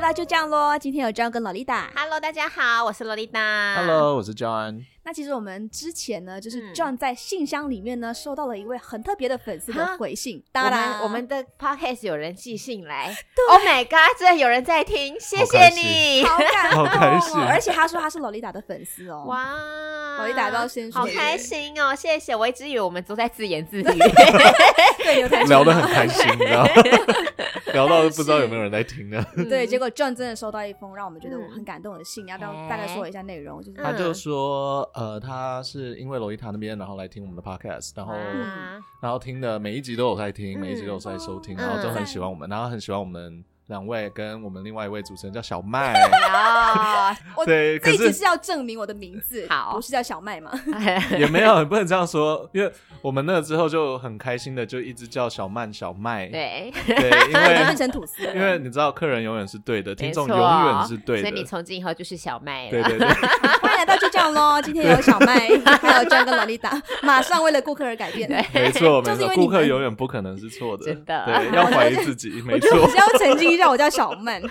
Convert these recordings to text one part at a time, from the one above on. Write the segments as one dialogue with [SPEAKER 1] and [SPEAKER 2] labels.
[SPEAKER 1] 啦，就这样咯。今天有 John 跟 Lolita。
[SPEAKER 2] Hello，大家好，我是洛丽达。
[SPEAKER 3] Hello，我是 John。
[SPEAKER 1] 那其实我们之前呢，就是
[SPEAKER 2] 嗯
[SPEAKER 1] John 在信箱里面呢，收到了一位很特别的粉丝的
[SPEAKER 2] 哈
[SPEAKER 1] 回信。
[SPEAKER 2] 我
[SPEAKER 1] 当然，
[SPEAKER 2] 们我们的 podcast 有人寄信来，Oh my god，真的有人在听，谢谢你！
[SPEAKER 1] 好感动
[SPEAKER 3] 好开
[SPEAKER 1] 哦
[SPEAKER 3] 心，
[SPEAKER 1] 而且他说他是 Lolita 的粉丝哦。哇，
[SPEAKER 2] 哇，
[SPEAKER 1] Lolita 要不要先说
[SPEAKER 2] 好开心哦，谢谢！我一直以为我们都在自言自语，
[SPEAKER 1] 对，刘台
[SPEAKER 3] 聊得很开心，你知道吗？ 聊到都不知道有没有人在听呢。
[SPEAKER 1] 对，结果 John 真的收到一封让我们觉得
[SPEAKER 2] 嗯
[SPEAKER 1] 很感动的信，要不要
[SPEAKER 2] 哎
[SPEAKER 1] 大概说一下内容？就是
[SPEAKER 3] 他
[SPEAKER 2] 嗯
[SPEAKER 3] 就说，呃，他是因为罗伊塔那边，然后来听我们的 podcast，然后
[SPEAKER 2] 哇
[SPEAKER 3] 然后听的每一集都有在听，
[SPEAKER 2] 嗯
[SPEAKER 3] 每一集都有在收听，
[SPEAKER 2] 嗯
[SPEAKER 3] 然后都很喜欢我们，然后很喜欢我们两位跟我们另外一位主持人叫 小麦。
[SPEAKER 2] 哦，
[SPEAKER 1] 我
[SPEAKER 3] 对，可
[SPEAKER 1] 这一集
[SPEAKER 3] 是
[SPEAKER 1] 是要证明我的名字，
[SPEAKER 2] 好
[SPEAKER 1] 不是叫小麦嘛？
[SPEAKER 3] 也没有，不能这样说，因为我们那个之后就很开心的，就一直叫小曼小麦。
[SPEAKER 2] 对，
[SPEAKER 3] 对，因
[SPEAKER 1] 我 就变
[SPEAKER 3] 为
[SPEAKER 1] 成吐司了。
[SPEAKER 3] 因为你知道，客人永远是对的，听众
[SPEAKER 2] 没
[SPEAKER 3] 永
[SPEAKER 2] 错
[SPEAKER 3] 远是对
[SPEAKER 2] 所以你
[SPEAKER 3] 的。
[SPEAKER 2] 从今以后就是小麦
[SPEAKER 3] 对
[SPEAKER 2] 了。
[SPEAKER 3] 对对，
[SPEAKER 1] 欢迎来到就这样咯。今天有小麦，还有 John 跟 Lolita，马上为了顾客而改变。
[SPEAKER 3] 没
[SPEAKER 1] 就
[SPEAKER 3] 错，没
[SPEAKER 1] 是因
[SPEAKER 3] 错
[SPEAKER 1] 为，你们
[SPEAKER 3] 顾客永远不可能是错的，
[SPEAKER 2] 真的
[SPEAKER 3] 对，要怀疑 自己，没错
[SPEAKER 1] 我，只要曾经让我叫小 曼，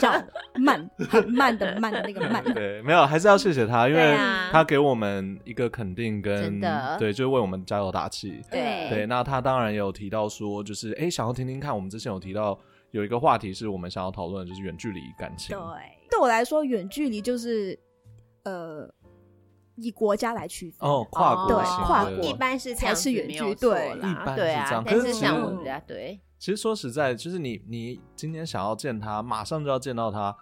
[SPEAKER 1] 小曼，很慢的慢的那个慢。
[SPEAKER 3] 对，没有，还是要谢谢他，因
[SPEAKER 2] 对
[SPEAKER 3] 为
[SPEAKER 2] 啊
[SPEAKER 3] 他给我们一个肯定
[SPEAKER 2] 真
[SPEAKER 3] 跟
[SPEAKER 2] 的
[SPEAKER 3] 对，就为我们加油打气。
[SPEAKER 2] 对
[SPEAKER 3] 对，那他当然也有提到说，就是哎，诶想要听听看，我们之前有提到有一个话题是我们想要讨论，的，就是远距离感情
[SPEAKER 1] 对。，对我来说，远距离就是呃，以国家来区分。
[SPEAKER 3] 哦，跨国
[SPEAKER 1] 对
[SPEAKER 3] 型的
[SPEAKER 1] 跨国
[SPEAKER 2] 一般是这
[SPEAKER 1] 才
[SPEAKER 2] 样
[SPEAKER 1] 是
[SPEAKER 2] 子
[SPEAKER 1] 远
[SPEAKER 2] 没
[SPEAKER 1] 距
[SPEAKER 2] 有
[SPEAKER 1] 对
[SPEAKER 2] 错啦
[SPEAKER 3] 一般是
[SPEAKER 2] 对啊
[SPEAKER 3] 这样
[SPEAKER 2] 但
[SPEAKER 3] 可
[SPEAKER 2] 是
[SPEAKER 3] 是
[SPEAKER 2] 像
[SPEAKER 1] 其实
[SPEAKER 2] 我们家对，
[SPEAKER 3] 其实说实在，就是你你今天想要见他，马上就要见到他，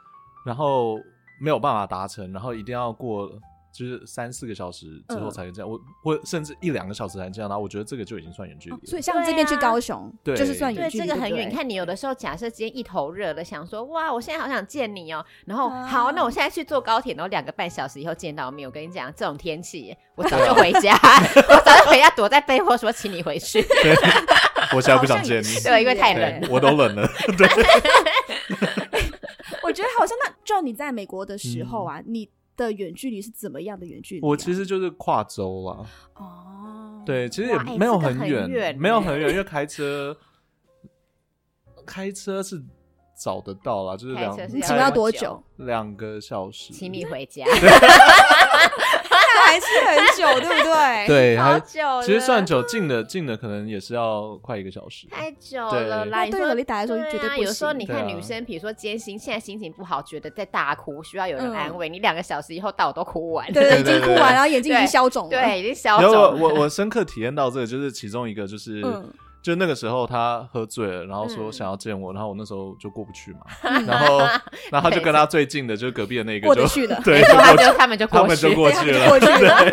[SPEAKER 3] 然后没有办法达成，然后一定要过就是三四个小时之后
[SPEAKER 1] 嗯
[SPEAKER 3] 才能见，我我甚至一两个小时才能见到他，我觉得这个就已经算远距离
[SPEAKER 1] 哦
[SPEAKER 3] 了。
[SPEAKER 1] 所以像这边去高雄，
[SPEAKER 3] 对啊
[SPEAKER 1] 就是算
[SPEAKER 2] 对，
[SPEAKER 1] 远距
[SPEAKER 2] 这
[SPEAKER 1] 离，
[SPEAKER 2] 个很远。
[SPEAKER 1] 对
[SPEAKER 2] 你看，你有的时候假设今天一头热的，想说哇，我现在好想见你哦、然后、
[SPEAKER 1] 啊
[SPEAKER 2] 好，那我现在去坐高铁，然后两个半小时以后见到面。我跟你讲，这种天气，我早
[SPEAKER 3] 啊
[SPEAKER 2] 就回家， 我早就回家躲在背后说，请你回去。
[SPEAKER 3] 对，我现在不想见你，
[SPEAKER 2] 对因为太冷
[SPEAKER 3] 对
[SPEAKER 2] 了，
[SPEAKER 3] 我都冷了。 对，
[SPEAKER 1] 我觉得好像那就你在美国的时候啊，你的远距离是怎么样的远距离啊？
[SPEAKER 3] 嗯我其实就是跨州啦，
[SPEAKER 1] 哦，
[SPEAKER 3] 对，其实也
[SPEAKER 2] 哇哎
[SPEAKER 3] 没有
[SPEAKER 2] 这个
[SPEAKER 3] 很
[SPEAKER 2] 很
[SPEAKER 3] 远，
[SPEAKER 2] 远欸
[SPEAKER 3] 没有很远，因为开车，开车是找得到啦，就是
[SPEAKER 2] 开
[SPEAKER 3] 两
[SPEAKER 2] 车是
[SPEAKER 1] 你
[SPEAKER 2] 要
[SPEAKER 1] 请问要多
[SPEAKER 2] 多久
[SPEAKER 1] 久？
[SPEAKER 3] 两个小时，
[SPEAKER 2] 请你回家，
[SPEAKER 1] 那还是很久，对不对？
[SPEAKER 3] 对，
[SPEAKER 2] 好
[SPEAKER 3] 还
[SPEAKER 2] 久了，
[SPEAKER 3] 其实算久，近的近的可能也是要快一个小时。
[SPEAKER 2] 太久了
[SPEAKER 3] 对
[SPEAKER 2] 啦。
[SPEAKER 1] 那
[SPEAKER 2] 你
[SPEAKER 1] 对
[SPEAKER 2] 说
[SPEAKER 1] 萝莉达来说
[SPEAKER 2] 对
[SPEAKER 1] 绝对
[SPEAKER 2] 啊
[SPEAKER 1] 不
[SPEAKER 2] 有时候
[SPEAKER 1] 行
[SPEAKER 2] 你
[SPEAKER 3] 对
[SPEAKER 2] 看
[SPEAKER 3] 啊
[SPEAKER 2] 女生，比如说今天心现在心情不好，觉得在大哭，需要有人
[SPEAKER 1] 嗯
[SPEAKER 2] 安慰，你两个小时以后到我都哭完，
[SPEAKER 1] 对对，已
[SPEAKER 3] 对
[SPEAKER 1] 经
[SPEAKER 3] 对
[SPEAKER 1] 哭完，然后眼睛已经消肿了。
[SPEAKER 2] 对，已经消
[SPEAKER 3] 然
[SPEAKER 2] 肿
[SPEAKER 3] 后我
[SPEAKER 2] 了。
[SPEAKER 3] 我我深刻体验到这个，就是其中一个就是，
[SPEAKER 1] 嗯
[SPEAKER 3] 就那个时候他喝醉了，然后说
[SPEAKER 2] 嗯
[SPEAKER 3] 想要见我，然后我那时候就过不 去嘛，
[SPEAKER 1] 嗯
[SPEAKER 3] 然后然后他
[SPEAKER 2] 对
[SPEAKER 3] 就跟他最近的就是隔壁的那个
[SPEAKER 1] 过
[SPEAKER 3] 就
[SPEAKER 1] 得去了
[SPEAKER 3] 对，就
[SPEAKER 2] 然后
[SPEAKER 3] 过
[SPEAKER 2] 就
[SPEAKER 3] 去，
[SPEAKER 2] 他们就
[SPEAKER 3] 他
[SPEAKER 2] 过
[SPEAKER 3] 们就
[SPEAKER 2] 去，
[SPEAKER 3] 过去了，
[SPEAKER 1] 过去了，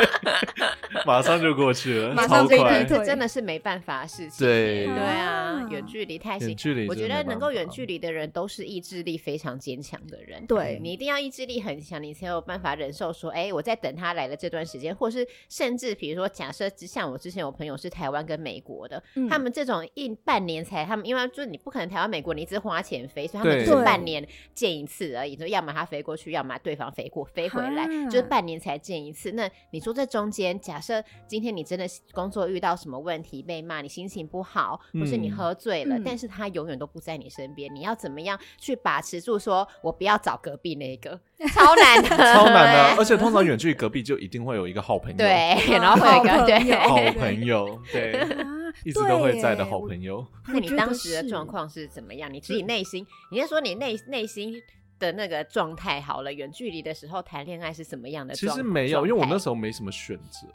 [SPEAKER 3] 马上就过去了，
[SPEAKER 1] 马
[SPEAKER 3] 超
[SPEAKER 1] 上被逼
[SPEAKER 3] 快，
[SPEAKER 1] 退
[SPEAKER 2] 这真的是没办法的事情。
[SPEAKER 3] 对
[SPEAKER 2] 对啊
[SPEAKER 1] 啊，
[SPEAKER 2] 远距离太辛
[SPEAKER 3] 远距离
[SPEAKER 2] 我觉
[SPEAKER 3] 真的
[SPEAKER 2] 得
[SPEAKER 3] 没
[SPEAKER 2] 能
[SPEAKER 3] 办
[SPEAKER 2] 够
[SPEAKER 3] 法
[SPEAKER 2] 远距离的人都是意志力非常坚强的人。嗯
[SPEAKER 1] 对
[SPEAKER 2] 你一定要意志力很强，你才有办法忍受说，哎，我在等他来的这段时间，或是甚至比如说，假设之像我之前有朋友是台湾跟美国的，
[SPEAKER 1] 嗯
[SPEAKER 2] 他们这种一半年才，他们因为就是你不可能台湾美国你一直花钱飞，所以他们
[SPEAKER 3] 对
[SPEAKER 2] 就是半年见一次而已，就要么他飞过去，要么对方飞过飞回来，
[SPEAKER 1] 啊
[SPEAKER 2] 就是半年才见一次。那你说这中间，假设今天你真的是工作遇到什么问题被骂，你心情不好，或是你
[SPEAKER 3] 嗯
[SPEAKER 2] 喝醉了，
[SPEAKER 1] 嗯
[SPEAKER 2] 但是他永远都不在你身边，你要怎么样去把持住说？我不要找隔壁那个，超难的，
[SPEAKER 3] 超难 的。啊而
[SPEAKER 2] 欸。
[SPEAKER 3] 且通常远距离隔壁就一定会有一个好朋友，，
[SPEAKER 2] 对，然后会有一
[SPEAKER 1] 好
[SPEAKER 2] 个
[SPEAKER 1] 朋友
[SPEAKER 2] 对，
[SPEAKER 3] 好朋友， 对，
[SPEAKER 1] 啊
[SPEAKER 3] 一直都会在的
[SPEAKER 1] 对
[SPEAKER 3] 好朋友。
[SPEAKER 2] 那 你
[SPEAKER 1] 觉
[SPEAKER 2] 当
[SPEAKER 1] 得
[SPEAKER 2] 时的
[SPEAKER 1] 是
[SPEAKER 2] 状况是怎么样？你自己内心，你先说你内内心的那个状态好了。远距离的时候谈恋爱是什么样的
[SPEAKER 3] 其
[SPEAKER 2] 状？
[SPEAKER 3] 实没有，因为我那
[SPEAKER 2] 状态
[SPEAKER 3] 时候没什么选择，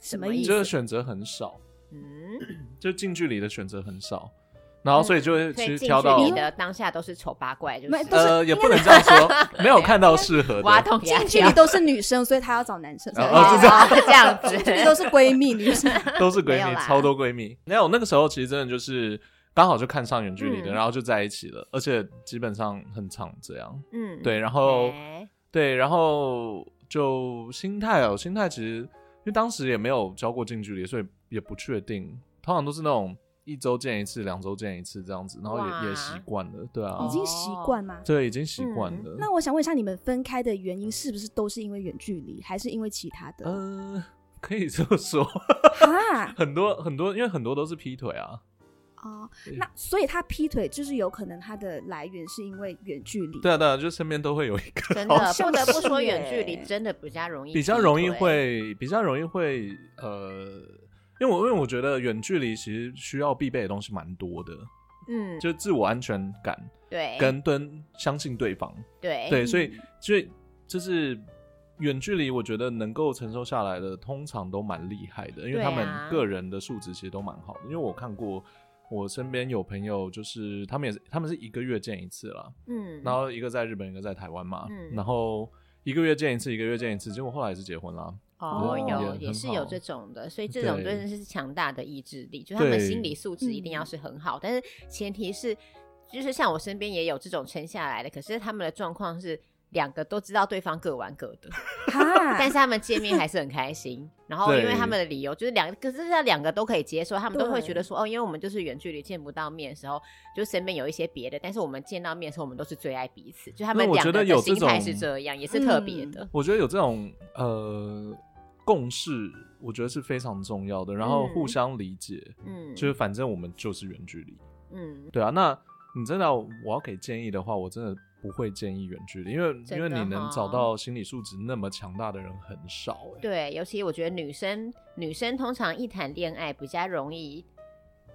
[SPEAKER 1] 什
[SPEAKER 2] 什
[SPEAKER 1] 么
[SPEAKER 2] 么
[SPEAKER 1] 意
[SPEAKER 2] 意
[SPEAKER 3] 就
[SPEAKER 1] 思？
[SPEAKER 3] 是选择很少，
[SPEAKER 2] 嗯，
[SPEAKER 3] 就近距离的选择很少，然后所以就会
[SPEAKER 2] 所
[SPEAKER 3] 其
[SPEAKER 2] 以
[SPEAKER 3] 实
[SPEAKER 2] 近
[SPEAKER 3] 挑到
[SPEAKER 2] 距离的当下都是丑八怪，就
[SPEAKER 1] 没
[SPEAKER 2] 是
[SPEAKER 1] 都是
[SPEAKER 3] 呃也不能这样 说，没有看到适合
[SPEAKER 2] 挖
[SPEAKER 3] 的。
[SPEAKER 2] 洞给他
[SPEAKER 1] 近距
[SPEAKER 2] 跳
[SPEAKER 1] 离都是女生，所以她要找男生。
[SPEAKER 3] 哦
[SPEAKER 2] 哦
[SPEAKER 3] 是这
[SPEAKER 2] 哦
[SPEAKER 3] 样
[SPEAKER 2] 这样子，
[SPEAKER 1] 距离都是闺蜜女生，
[SPEAKER 3] 都是
[SPEAKER 2] 没
[SPEAKER 3] 闺
[SPEAKER 2] 有
[SPEAKER 3] 蜜，
[SPEAKER 2] 啦
[SPEAKER 3] 超多闺蜜。没有那个时候其实真的就是刚好就看上远距离的，
[SPEAKER 2] 嗯
[SPEAKER 3] 然后就在一起了，而且基本上很常这样。
[SPEAKER 2] 嗯，
[SPEAKER 3] 对，然后
[SPEAKER 2] 哎
[SPEAKER 3] 对，然后就心态哦，心态其实因为当时也没有交过近距离，所以也不确定，通常都是那种一周见一次、两周见一次这样子，然后
[SPEAKER 2] 哇
[SPEAKER 3] 也也习惯了，对啊
[SPEAKER 1] 已，经习惯吗？
[SPEAKER 3] 对，已经习惯
[SPEAKER 2] 嗯
[SPEAKER 3] 了。
[SPEAKER 1] 那我想问一下，你们分开的原因是不是都是因为远距离，还是因为其他的？
[SPEAKER 3] 呃呃，可以这么说，
[SPEAKER 1] 哈，
[SPEAKER 3] 很多很多，因为很多都是劈腿啊，
[SPEAKER 1] 哦，那所以他劈腿就是有可能他的来源是因为远距离。
[SPEAKER 3] 对啊，对啊，就身边都会有一个，
[SPEAKER 2] 真
[SPEAKER 3] 好
[SPEAKER 2] 的
[SPEAKER 3] 像
[SPEAKER 2] 不得不说，
[SPEAKER 1] 是
[SPEAKER 2] 远距
[SPEAKER 1] 耶
[SPEAKER 2] 离真的比较容易劈腿，
[SPEAKER 3] 比较容易会，比较容易会，呃，因为我因为我觉得远距离其实需要必备的东西蛮多的，
[SPEAKER 2] 嗯，
[SPEAKER 3] 就是自我安全感
[SPEAKER 2] 对，
[SPEAKER 3] 跟对相信对方，
[SPEAKER 2] 对
[SPEAKER 3] 对，所以所以就是远距离，我觉得能够承受下来的，通常都蛮厉害的，因为
[SPEAKER 2] 对
[SPEAKER 3] 他们
[SPEAKER 2] 啊
[SPEAKER 3] 个人的素质其实都蛮好的。因为我看过，我身边有朋友，就是他们也是他们是一个月见一次啦，
[SPEAKER 2] 嗯，
[SPEAKER 3] 然后一个在日本，一个在台湾嘛，
[SPEAKER 2] 嗯
[SPEAKER 3] 然后一个月见一次，一个月见一次，结果后来也是结婚啦。
[SPEAKER 2] 哦，
[SPEAKER 1] 也
[SPEAKER 2] 有
[SPEAKER 3] 很
[SPEAKER 2] 也是
[SPEAKER 3] 好
[SPEAKER 2] 有这种的，所以这种
[SPEAKER 3] 对
[SPEAKER 2] 真的是强大的意志力，就他们
[SPEAKER 3] 对嗯
[SPEAKER 2] 心理素质一定要是很好，但是前提是，就是像我身边也有这种撑下来的，可是他们的状况是。两个都知道对方各玩各 的，
[SPEAKER 1] 哈，
[SPEAKER 2] 但是他们见面还是很开心。然后，
[SPEAKER 3] 对
[SPEAKER 2] 因为他们的理由就是两，可是要两个都可以接受，他们都会
[SPEAKER 1] 对
[SPEAKER 2] 觉得说，哦，因为我们就是远距离见不到面的时候，就身边有一些别的，但是我们见到面的时候，我们都是最爱彼此。就他们
[SPEAKER 3] 那我
[SPEAKER 2] 两
[SPEAKER 3] 觉
[SPEAKER 2] 个
[SPEAKER 3] 得
[SPEAKER 2] 的
[SPEAKER 3] 有这
[SPEAKER 2] 心态
[SPEAKER 3] 种
[SPEAKER 2] 是这样，也是特别
[SPEAKER 1] 嗯
[SPEAKER 2] 的。
[SPEAKER 3] 我觉得有这种呃共识，我觉得是非常重要的，然后
[SPEAKER 2] 嗯
[SPEAKER 3] 互相理解，
[SPEAKER 2] 嗯，
[SPEAKER 3] 就是反正我们就是远距离，
[SPEAKER 2] 嗯，
[SPEAKER 3] 对啊，那你真的要我要给建议的话，我真的不会建议远距离，因为
[SPEAKER 2] 真
[SPEAKER 3] 因
[SPEAKER 2] 的
[SPEAKER 3] 为你能
[SPEAKER 2] 哈
[SPEAKER 3] 找到心理素质那么强大的人很少、欸。
[SPEAKER 2] 对，尤其我觉得女生女生通常一谈恋爱比较容易。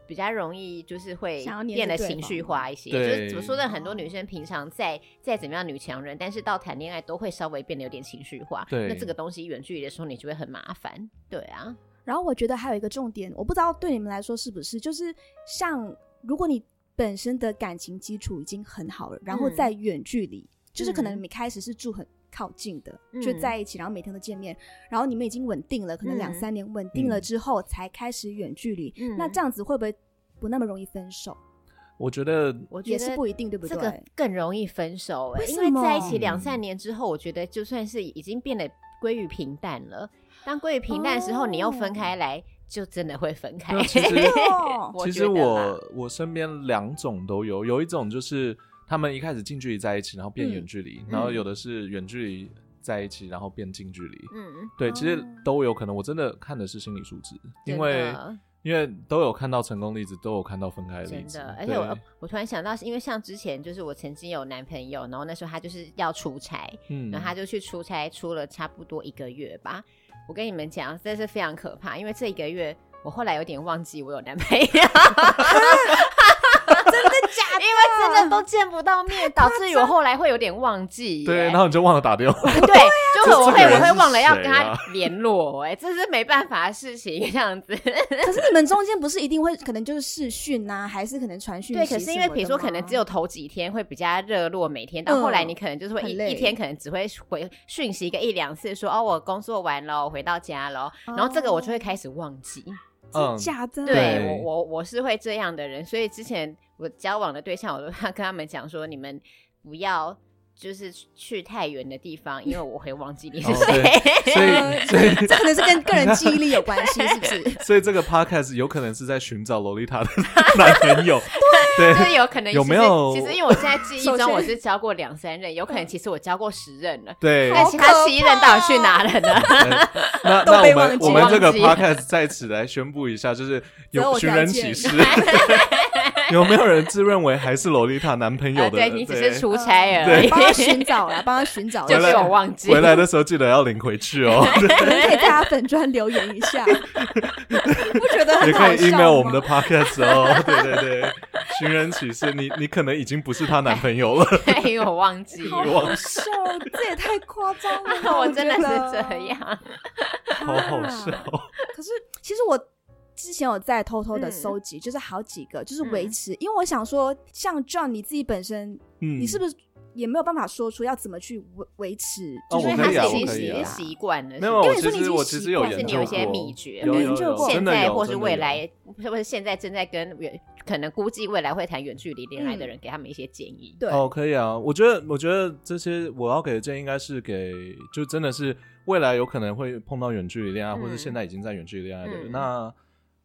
[SPEAKER 2] 比较容易就是会
[SPEAKER 1] 想要黏
[SPEAKER 2] 变
[SPEAKER 1] 着
[SPEAKER 2] 得
[SPEAKER 1] 对
[SPEAKER 2] 情绪
[SPEAKER 1] 方哦
[SPEAKER 2] 化一些，就是
[SPEAKER 3] 对
[SPEAKER 2] 怎么说呢？很多女生平常再再怎么样女强人，但是到谈恋爱都会稍微变得有点情绪化。
[SPEAKER 3] 对
[SPEAKER 2] 那这个东西远距离的时候，你就会很麻烦。对啊，
[SPEAKER 1] 然后我觉得还有一个重点，我不知道对你们来说是不是，就是像如果你本身的感情基础已经很好了，然后
[SPEAKER 2] 嗯
[SPEAKER 1] 再远距离，就是可能
[SPEAKER 2] 嗯
[SPEAKER 1] 你开始是住很靠近的，
[SPEAKER 2] 嗯
[SPEAKER 1] 就在一起，然后每天都见面，然后你们已经稳定了，可能两
[SPEAKER 2] 嗯
[SPEAKER 1] 三年稳定了之后才开始远距离，
[SPEAKER 2] 嗯
[SPEAKER 1] 那这样子会不会不那么容易分手？
[SPEAKER 3] 我觉得
[SPEAKER 2] 我觉
[SPEAKER 1] 也
[SPEAKER 2] 得
[SPEAKER 1] 是不一定，对不
[SPEAKER 2] 这
[SPEAKER 1] 对？
[SPEAKER 2] 个更容易分手、欸，
[SPEAKER 1] 为
[SPEAKER 2] 因
[SPEAKER 1] 什
[SPEAKER 2] 为
[SPEAKER 1] 么
[SPEAKER 2] 在一起两
[SPEAKER 3] 嗯
[SPEAKER 2] 三年之后，我觉得就算是已经变得归于平淡了，当归于平淡的时候，你又分开来，就真的会分开
[SPEAKER 3] 对。啊 其实
[SPEAKER 1] 哦
[SPEAKER 3] 其
[SPEAKER 2] 觉得
[SPEAKER 3] 实
[SPEAKER 2] 啦
[SPEAKER 3] 我我身边两种都有，有一种就是他们一开始近距离在一起，然后变
[SPEAKER 2] 嗯
[SPEAKER 3] 远距离，然后有的是远距离在一起，然后变近距离。
[SPEAKER 2] 嗯，
[SPEAKER 3] 对，其实
[SPEAKER 1] 哦
[SPEAKER 3] 都有可能。我真的看的是心理素质，因
[SPEAKER 2] 真
[SPEAKER 3] 为
[SPEAKER 2] 的
[SPEAKER 3] 因为都有看到成功例子，都有看到分开的例
[SPEAKER 2] 真
[SPEAKER 3] 子
[SPEAKER 2] 的，，而且
[SPEAKER 3] 对
[SPEAKER 2] 我呃我突然想到，是因为像之前就是我曾经有男朋友，然后那时候他就是要出差，
[SPEAKER 3] 嗯，
[SPEAKER 2] 然后他就去出差，出了差不多一个月吧。我跟你们讲，这是非常可怕，因为这一个月我后来有点忘记我有男朋友， 真的假的？因为真的都见不到面，导致于我后来会有点忘记耶。呃
[SPEAKER 3] 对，然后你就忘了打电话。
[SPEAKER 2] 对，就我会
[SPEAKER 3] 这个人
[SPEAKER 2] 我会
[SPEAKER 3] 是
[SPEAKER 2] 忘了要
[SPEAKER 3] 谁
[SPEAKER 2] 跟他
[SPEAKER 3] 啊
[SPEAKER 2] 联络，哎，这是没办法的事情，这样子。
[SPEAKER 1] 可是你们中间不是一定会，可能就是视讯呐、还是可能传讯息
[SPEAKER 2] 对，
[SPEAKER 1] 什么
[SPEAKER 2] 可
[SPEAKER 1] 的吗？
[SPEAKER 2] 是因为比如说，可能只有头几天会比较热络，每天到后来
[SPEAKER 1] 嗯
[SPEAKER 2] 你可能就是会一、
[SPEAKER 1] 很累
[SPEAKER 2] 一天可能只会回讯息个一两次说，哦，我工作完了，我回到家了，然后这个我就会
[SPEAKER 1] 哦
[SPEAKER 2] 开始忘记。
[SPEAKER 3] 嗯，
[SPEAKER 1] 假哦的，
[SPEAKER 2] 对我
[SPEAKER 3] 对
[SPEAKER 2] 我我是会这样的人，所以之前我交往的对象，我都 跟他们讲说，你们不要。就是去太远的地方，因为我会忘记你是
[SPEAKER 3] 哦
[SPEAKER 2] 谁。
[SPEAKER 3] 所以所以
[SPEAKER 1] 这可能是跟个人记忆力有关系，是不 是？
[SPEAKER 3] 所以这个 podcast 有可能是在寻找洛丽塔的男朋 友，对
[SPEAKER 2] 就是有可能
[SPEAKER 3] 有
[SPEAKER 2] 其
[SPEAKER 3] 没
[SPEAKER 2] 实
[SPEAKER 3] 有
[SPEAKER 2] 其实因为我现在记忆
[SPEAKER 1] 首
[SPEAKER 2] 中
[SPEAKER 1] 先嗯
[SPEAKER 2] 我是交过两三任，有可能其实我交过十任了。
[SPEAKER 3] 对。
[SPEAKER 2] 那其他
[SPEAKER 1] 好可
[SPEAKER 2] 七任到底去哪了呢？
[SPEAKER 3] 那
[SPEAKER 1] 都
[SPEAKER 3] 那
[SPEAKER 1] 被
[SPEAKER 3] 我们
[SPEAKER 1] 忘记
[SPEAKER 3] 我们这个
[SPEAKER 2] 忘记了
[SPEAKER 3] podcast 在此来宣布一下，就是
[SPEAKER 1] 择
[SPEAKER 3] 有
[SPEAKER 1] 偶
[SPEAKER 3] 寻
[SPEAKER 1] 条
[SPEAKER 3] 人
[SPEAKER 1] 件
[SPEAKER 3] 启事， 有没有人自认为还是洛丽塔男 朋友
[SPEAKER 2] 啊，
[SPEAKER 3] 的？
[SPEAKER 2] 对你只是出差而
[SPEAKER 3] 对
[SPEAKER 2] 已，
[SPEAKER 1] 嗯帮他寻找啦，帮他寻找一
[SPEAKER 2] 就
[SPEAKER 1] 下，
[SPEAKER 3] 回
[SPEAKER 2] 是
[SPEAKER 3] 来
[SPEAKER 2] 我忘记
[SPEAKER 3] 回。来的时候记得要领回去 哦，
[SPEAKER 1] 可能可以在他粉专留言一 下，不觉得很
[SPEAKER 3] 也可
[SPEAKER 1] 好
[SPEAKER 3] 以
[SPEAKER 1] 笑哦
[SPEAKER 3] email 我们
[SPEAKER 1] 吗
[SPEAKER 3] 的 podcast 哦。对对对，寻人启事，你你可能已经不是她男朋友了，
[SPEAKER 2] 对，哎因为我忘记
[SPEAKER 1] 好
[SPEAKER 3] 啊
[SPEAKER 2] 了，
[SPEAKER 1] 好笑，这也太夸张了吧，
[SPEAKER 2] 我
[SPEAKER 1] 觉
[SPEAKER 2] 真的是
[SPEAKER 1] 得
[SPEAKER 2] 这。样。
[SPEAKER 3] 好好笑。
[SPEAKER 1] 啊可是其实我之前有在偷偷的搜集，就是好几个，就是维
[SPEAKER 2] 嗯
[SPEAKER 1] 持，因为我想说，像 John 你自己本身，
[SPEAKER 3] 嗯，
[SPEAKER 1] 你是不是也没有办法说出要怎么去维维持？
[SPEAKER 3] 哦
[SPEAKER 1] 就是
[SPEAKER 2] 因为
[SPEAKER 3] 我
[SPEAKER 2] 他
[SPEAKER 3] 可以啊
[SPEAKER 2] 是
[SPEAKER 1] 还是
[SPEAKER 2] 已经
[SPEAKER 3] 我可以
[SPEAKER 2] 已
[SPEAKER 3] 啊
[SPEAKER 2] 经习惯了，
[SPEAKER 3] 没
[SPEAKER 2] 是
[SPEAKER 3] 有，啊
[SPEAKER 2] 不
[SPEAKER 1] 因
[SPEAKER 3] 我
[SPEAKER 1] 为你说你
[SPEAKER 3] 其
[SPEAKER 1] 已
[SPEAKER 3] 实
[SPEAKER 1] 经
[SPEAKER 3] 我其
[SPEAKER 1] 习
[SPEAKER 3] 实有
[SPEAKER 1] 惯
[SPEAKER 3] 研
[SPEAKER 2] 是你
[SPEAKER 3] 究
[SPEAKER 2] 有
[SPEAKER 3] 过，
[SPEAKER 2] 一些秘诀
[SPEAKER 3] 有
[SPEAKER 1] 你
[SPEAKER 3] 有
[SPEAKER 1] 研究
[SPEAKER 3] 有，
[SPEAKER 1] 过嗯
[SPEAKER 2] 是现
[SPEAKER 3] 真的
[SPEAKER 2] 在
[SPEAKER 3] 有
[SPEAKER 2] 或是
[SPEAKER 3] 真的
[SPEAKER 2] 未
[SPEAKER 3] 有
[SPEAKER 2] 来，或者现在正在跟远，可能估计未来会谈远距离恋爱的人，给他们一些建议。
[SPEAKER 1] 对，
[SPEAKER 3] 哦，可以啊，我觉得，我觉得这些我要给的建议应该是给，就真的是未来有可能会碰到远距离恋爱，
[SPEAKER 2] 嗯
[SPEAKER 3] 或是现在已经在远距离恋爱的人。
[SPEAKER 2] 嗯
[SPEAKER 3] 那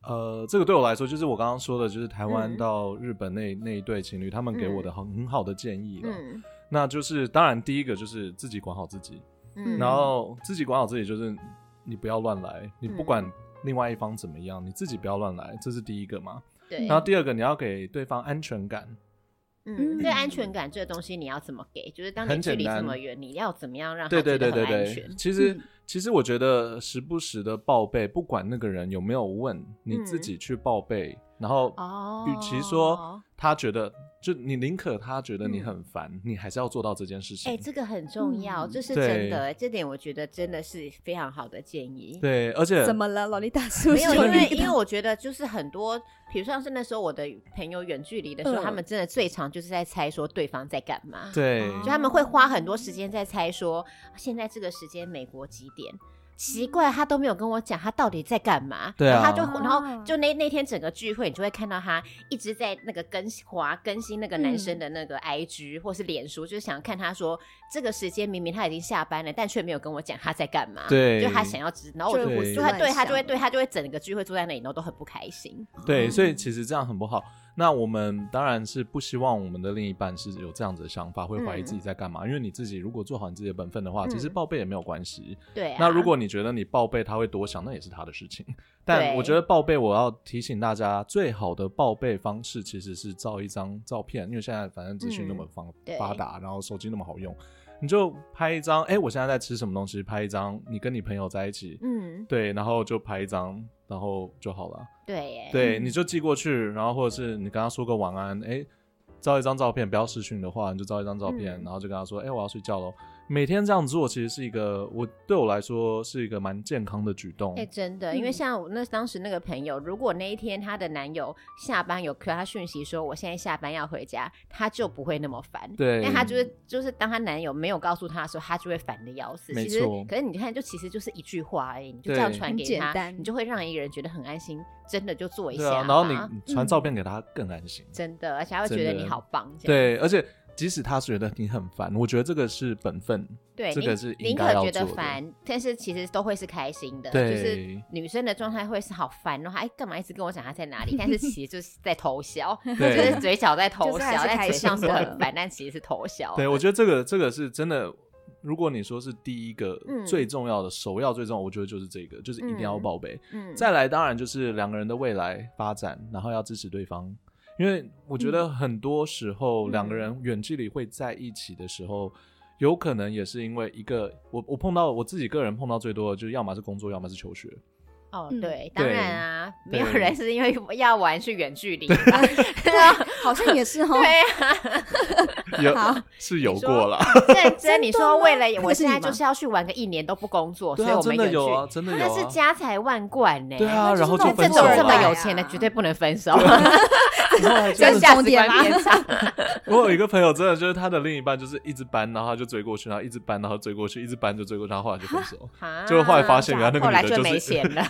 [SPEAKER 3] 呃，这个对我来说，就是我刚刚说的，就是台湾
[SPEAKER 2] 嗯
[SPEAKER 3] 到日本那、那一对情侣，他们给我的很、很好的建议了。
[SPEAKER 2] 嗯
[SPEAKER 3] 那就是，当然第一个就是自己管好自己，
[SPEAKER 2] 嗯，
[SPEAKER 3] 然后自己管好自己，就是
[SPEAKER 2] 嗯
[SPEAKER 3] 你不要乱来，你不管另外一方怎么样，你自己不要乱来，这是第一个嘛。
[SPEAKER 2] 对，
[SPEAKER 3] 然后第二个，你要给对方安全感，
[SPEAKER 1] 嗯
[SPEAKER 2] 嗯，对安全感这个东西你要怎么给？就是当你
[SPEAKER 3] 很
[SPEAKER 2] 距
[SPEAKER 3] 简
[SPEAKER 2] 离这
[SPEAKER 3] 单
[SPEAKER 2] 么远，你要怎么样让他
[SPEAKER 3] 对对
[SPEAKER 2] 觉啊得
[SPEAKER 3] 对
[SPEAKER 2] 很
[SPEAKER 3] 对
[SPEAKER 2] 安
[SPEAKER 3] 对
[SPEAKER 2] 全，？
[SPEAKER 3] 其实、
[SPEAKER 1] 嗯
[SPEAKER 3] 其实我觉得时不时的报备，不管那个人有没有问，你自
[SPEAKER 2] 嗯
[SPEAKER 3] 己去报备，然后
[SPEAKER 2] 哦
[SPEAKER 3] 与其说他觉得，就你宁可他觉得你
[SPEAKER 2] 嗯
[SPEAKER 3] 很烦，你还是要做到这件事情。
[SPEAKER 2] 哎、这个很重要，
[SPEAKER 1] 嗯
[SPEAKER 2] 这是真
[SPEAKER 3] 对
[SPEAKER 2] 的、这点我觉得真的是非常好的建议。
[SPEAKER 3] 对，而 且
[SPEAKER 1] 怎么了，洛丽塔叔叔？
[SPEAKER 2] 没有，因为因为我觉得就是很多，比如像是那时候我的朋友远距离的时候，
[SPEAKER 3] 嗯
[SPEAKER 2] 他们真的最常就是在猜说对方在干嘛，
[SPEAKER 3] 对
[SPEAKER 1] 哦
[SPEAKER 2] 就他们会花很多时间在猜说啊现在这个时间美国几点。奇怪，他都没有跟我讲他到底在干嘛。
[SPEAKER 3] 对啊
[SPEAKER 2] 然后他就然
[SPEAKER 1] 啊
[SPEAKER 2] 后就那那天整个聚会，你就会看到他一直在那个更新滑更新那个男
[SPEAKER 3] 嗯
[SPEAKER 2] 生的那个 IG、或是脸书，就是想看他说这个时间明明他已经下班了，但却没有跟我讲他在干嘛。
[SPEAKER 3] 对
[SPEAKER 2] 就他想要知，然后我
[SPEAKER 1] 就
[SPEAKER 2] 就
[SPEAKER 3] 会胡
[SPEAKER 2] 就
[SPEAKER 3] 思
[SPEAKER 2] 他
[SPEAKER 1] 乱
[SPEAKER 2] 对他
[SPEAKER 1] 想
[SPEAKER 2] 就 会对他就会整个聚会坐在那里，然后都很不开心。
[SPEAKER 3] 对，所以其实这样很不好。那我们当然是不希望我们的另一半是有这样子的想法，会怀疑自己在干嘛。因为你自己如果做好你自己的本分的话，
[SPEAKER 2] 嗯
[SPEAKER 3] 其实报备也没有关系。
[SPEAKER 2] 对、啊，
[SPEAKER 3] 那如果你觉得你报备他会多想，那也是他的事情。 但
[SPEAKER 2] 对
[SPEAKER 3] 我觉得报备，我要提醒大家，最好的报备方式其实是照一张照片，因为现在反正资讯那么方、
[SPEAKER 2] 对
[SPEAKER 3] 发达，然后手机那么好用，你就拍一张，哎、我现在在吃什么东西，拍一张，你跟你朋友在一起，
[SPEAKER 2] 嗯，
[SPEAKER 3] 对，然后就拍一张，然后就好了。
[SPEAKER 2] 对耶，
[SPEAKER 3] 对，
[SPEAKER 1] 嗯
[SPEAKER 3] 你就寄过去，然后或者是你跟他说个晚安，哎、照一张照片，不要视讯的话，你就照一张照片，
[SPEAKER 2] 嗯
[SPEAKER 3] 然后就跟他说，哎、我要睡觉喽。每天这样做，其实是一个我对我来说是一个蛮健康的举动。
[SPEAKER 2] 哎、真的，因为
[SPEAKER 1] 嗯
[SPEAKER 2] 像我那当时那个朋友，如果那一天她的男友下班有给她讯息说我现在下班要回家，她就不会那么烦。
[SPEAKER 3] 对
[SPEAKER 2] 但她就是就是当她男友没有告诉她的时候，她就会烦的要死。
[SPEAKER 3] 没
[SPEAKER 2] 其实
[SPEAKER 3] 错，
[SPEAKER 2] 可是你看，就其实就是一句话而已，你就这样
[SPEAKER 3] 对
[SPEAKER 2] 传
[SPEAKER 1] 很
[SPEAKER 2] 给
[SPEAKER 1] 简
[SPEAKER 2] 她，
[SPEAKER 1] 单
[SPEAKER 2] 你就会让一个人觉得很安心，真的就做一
[SPEAKER 3] 对
[SPEAKER 2] 下
[SPEAKER 3] 啊
[SPEAKER 2] 吧。，
[SPEAKER 3] 然后你你传照片给他更安心。
[SPEAKER 2] 真的，而且她会
[SPEAKER 3] 真
[SPEAKER 2] 觉得
[SPEAKER 3] 的
[SPEAKER 2] 你好棒，这样
[SPEAKER 3] 对，而且即使他觉得你很烦，我觉得这个是本 分。
[SPEAKER 2] 对，
[SPEAKER 3] 这
[SPEAKER 2] 宁
[SPEAKER 3] 个是应
[SPEAKER 2] 宁
[SPEAKER 3] 该
[SPEAKER 2] 可
[SPEAKER 3] 要
[SPEAKER 2] 觉得
[SPEAKER 3] 做的
[SPEAKER 2] 烦，但是其实都会是开心的。
[SPEAKER 3] 对
[SPEAKER 2] 就是女生的状态会是好烦，然后哎干嘛一直跟我讲她在哪里？但是其实就是在偷笑，就
[SPEAKER 3] 对
[SPEAKER 2] 是嘴角在偷
[SPEAKER 1] 就是
[SPEAKER 2] 笑
[SPEAKER 1] 还，是
[SPEAKER 2] 但
[SPEAKER 1] 开
[SPEAKER 2] 嘴上
[SPEAKER 1] 心
[SPEAKER 2] 说很
[SPEAKER 1] 的
[SPEAKER 2] 烦，但其实是偷笑。
[SPEAKER 3] 对，我觉得这个这个是真的。如果你说是第一个、
[SPEAKER 2] 嗯
[SPEAKER 3] 最重要的、首要最重要，我觉得就是这个，就是一定要
[SPEAKER 2] 嗯
[SPEAKER 3] 报备。
[SPEAKER 2] 嗯
[SPEAKER 3] 再来，当然就是两个人的未来发展，然后要支持对方，因为我觉得很多时候
[SPEAKER 2] 嗯
[SPEAKER 3] 两个人远距离会在一起的时候，有可能也是因为一个我我碰到我自己个人碰到最多的，就是要么是工作，要么是 求学。
[SPEAKER 2] 哦
[SPEAKER 1] 嗯
[SPEAKER 2] 对，当
[SPEAKER 3] 对
[SPEAKER 2] 然啊，没有
[SPEAKER 3] 对
[SPEAKER 2] 人是因为 要玩是远距离吧， 对啊，
[SPEAKER 1] 好像也是哦，
[SPEAKER 2] 对啊
[SPEAKER 3] 有
[SPEAKER 1] 好
[SPEAKER 3] 是有
[SPEAKER 2] 你说
[SPEAKER 3] 过啦，
[SPEAKER 2] 认真，你
[SPEAKER 1] 真的
[SPEAKER 2] 说为了
[SPEAKER 1] 吗
[SPEAKER 2] 我
[SPEAKER 1] 那个是
[SPEAKER 2] 现
[SPEAKER 1] 你
[SPEAKER 2] 在就
[SPEAKER 1] 吗
[SPEAKER 2] 是要去玩个一年都不工作，所
[SPEAKER 3] 对
[SPEAKER 2] 以
[SPEAKER 3] 啊，
[SPEAKER 2] 我们
[SPEAKER 3] 真
[SPEAKER 2] 远
[SPEAKER 3] 的
[SPEAKER 2] 距
[SPEAKER 3] 有啊，真的有
[SPEAKER 2] 那是
[SPEAKER 3] 啊，
[SPEAKER 2] 家财万贯呢。
[SPEAKER 3] 对啊，
[SPEAKER 1] 就是
[SPEAKER 3] 然后就
[SPEAKER 1] 那
[SPEAKER 2] 这
[SPEAKER 3] 分
[SPEAKER 2] 种
[SPEAKER 3] 手
[SPEAKER 1] 了
[SPEAKER 2] 这么
[SPEAKER 1] 吧
[SPEAKER 2] 有
[SPEAKER 3] 了。
[SPEAKER 2] 钱的
[SPEAKER 1] 对啊
[SPEAKER 2] 绝对不能分 手，
[SPEAKER 3] 然 后还
[SPEAKER 1] 这
[SPEAKER 3] 真
[SPEAKER 1] 是
[SPEAKER 3] 的
[SPEAKER 2] 价值
[SPEAKER 1] 重点
[SPEAKER 2] 观
[SPEAKER 1] 吗
[SPEAKER 2] 偏差。
[SPEAKER 3] 我有一个朋友，真的就是他的另一半，就是一直搬，然后他就追过去，然后一直搬，然后追过去，一直搬就追过去，然后后来就分手。
[SPEAKER 2] 啊
[SPEAKER 3] 就后来发现原来那个
[SPEAKER 2] 后来
[SPEAKER 3] 女的
[SPEAKER 2] 就
[SPEAKER 3] 就是
[SPEAKER 2] 没钱 了。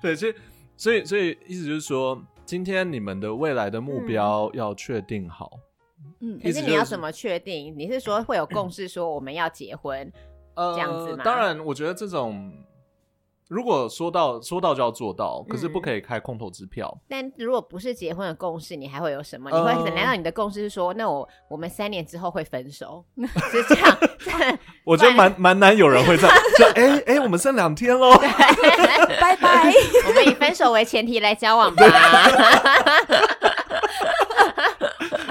[SPEAKER 3] 对，所以所以所以意思就是说，今天你们的未来的
[SPEAKER 2] 嗯
[SPEAKER 3] 目标要确定好。
[SPEAKER 1] 嗯
[SPEAKER 2] 可
[SPEAKER 3] 意
[SPEAKER 2] 是
[SPEAKER 3] 思
[SPEAKER 2] 你
[SPEAKER 3] 就
[SPEAKER 2] 要
[SPEAKER 3] 是
[SPEAKER 2] 怎么确定？你是说会有共识说我们要结婚？
[SPEAKER 3] 呃
[SPEAKER 2] 这样子吗
[SPEAKER 3] 当然，我觉得这种如果说到说到就要做到，可是不
[SPEAKER 2] 嗯
[SPEAKER 3] 可以开空头支票。
[SPEAKER 2] 但如果不是结婚的共识，你还会有什么？你会、
[SPEAKER 3] 呃
[SPEAKER 2] 难道你的共识是说，那我我们三年之后会分手？是这样？
[SPEAKER 3] 我觉得蛮蛮难有人会这样，就哎哎、我们剩两天喽。
[SPEAKER 1] 拜 拜。
[SPEAKER 2] 我们以分手为前提来交往吧。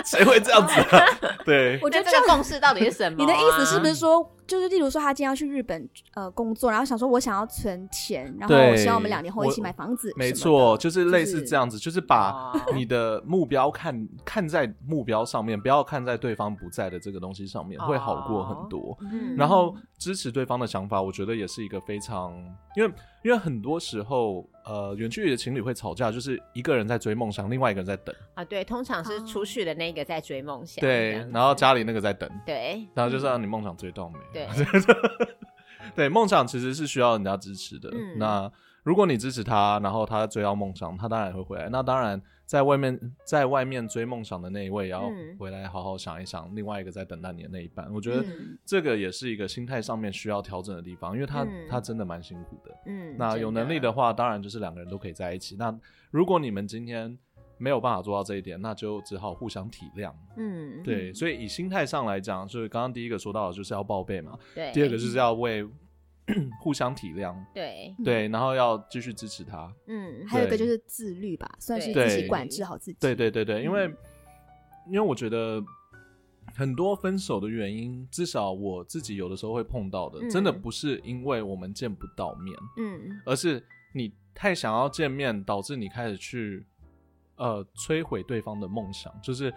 [SPEAKER 3] 谁会这样子啊？ 对，
[SPEAKER 1] 我觉得
[SPEAKER 2] 那
[SPEAKER 1] 这
[SPEAKER 2] 这
[SPEAKER 1] 样
[SPEAKER 2] 个共识到底是什么
[SPEAKER 1] 你
[SPEAKER 2] 啊、
[SPEAKER 1] 的意思是不是说，就是例如说他今天要去日本呃工作，然后想说我想要存钱，然后
[SPEAKER 3] 对
[SPEAKER 1] 我希望我们两年后一起
[SPEAKER 3] 我
[SPEAKER 1] 买房子，
[SPEAKER 3] 没错，，
[SPEAKER 1] 就
[SPEAKER 3] 就
[SPEAKER 1] 是
[SPEAKER 3] 类似
[SPEAKER 1] 是
[SPEAKER 3] 这样子，就是把
[SPEAKER 2] 哦
[SPEAKER 3] 你的目标看看在目标上面，不要看在对方不在的这个东西上面，会好过很多。
[SPEAKER 2] 嗯
[SPEAKER 3] 然后支持对方的想法，我觉得也是一个非常，因为因为很多时候，呃，远距离的情侣会吵架，就是一个人在追梦想，另外一个人在等，
[SPEAKER 2] 啊，对，通常是出去的那个在追梦想，这
[SPEAKER 3] 对
[SPEAKER 2] 样，子
[SPEAKER 3] 然后家里那个在等，
[SPEAKER 2] 对
[SPEAKER 3] 然后就是让你梦想追到没，
[SPEAKER 2] 嗯对，
[SPEAKER 3] 对，梦想其实是需要人家支持的。
[SPEAKER 2] 嗯
[SPEAKER 3] 那如果你支持他，然后他追到梦想，他当然会回来。那当然，在外面在外面追梦想的那一位，也要
[SPEAKER 2] 嗯
[SPEAKER 3] 回来好好想一想，另外一个在等待你的那一半。我觉得
[SPEAKER 2] 嗯
[SPEAKER 3] 这个也是一个心态上面需要调整的地方，因为他、
[SPEAKER 2] 嗯
[SPEAKER 3] 他真的蛮辛苦的。
[SPEAKER 2] 嗯，
[SPEAKER 3] 那
[SPEAKER 2] 真
[SPEAKER 3] 有能力的话，当然就是两个人都可以在一起。那如果你们今天没有办法做到这一点，那就只好互相体谅。
[SPEAKER 2] 嗯，
[SPEAKER 3] 对，所以以心态上来讲，就是刚刚第一个说到的就是要报备嘛，
[SPEAKER 1] 嗯
[SPEAKER 2] 对，
[SPEAKER 3] 第二个就是要为 互相体谅，
[SPEAKER 2] 对，
[SPEAKER 3] 对，然后要继续支持他。
[SPEAKER 2] 嗯，
[SPEAKER 1] 还有一个
[SPEAKER 3] 对
[SPEAKER 1] 就是自律吧，算是
[SPEAKER 2] 对
[SPEAKER 1] 自己管制好自己。
[SPEAKER 3] 对对对对，因为、
[SPEAKER 2] 嗯
[SPEAKER 3] 因为我觉得很多分手的原因，至少我自己有的时候会碰到的，
[SPEAKER 2] 嗯
[SPEAKER 3] 真的不是因为我们见不到面，
[SPEAKER 2] 嗯，
[SPEAKER 3] 而是你太想要见面，导致你开始去呃摧毁对方的梦想，就是。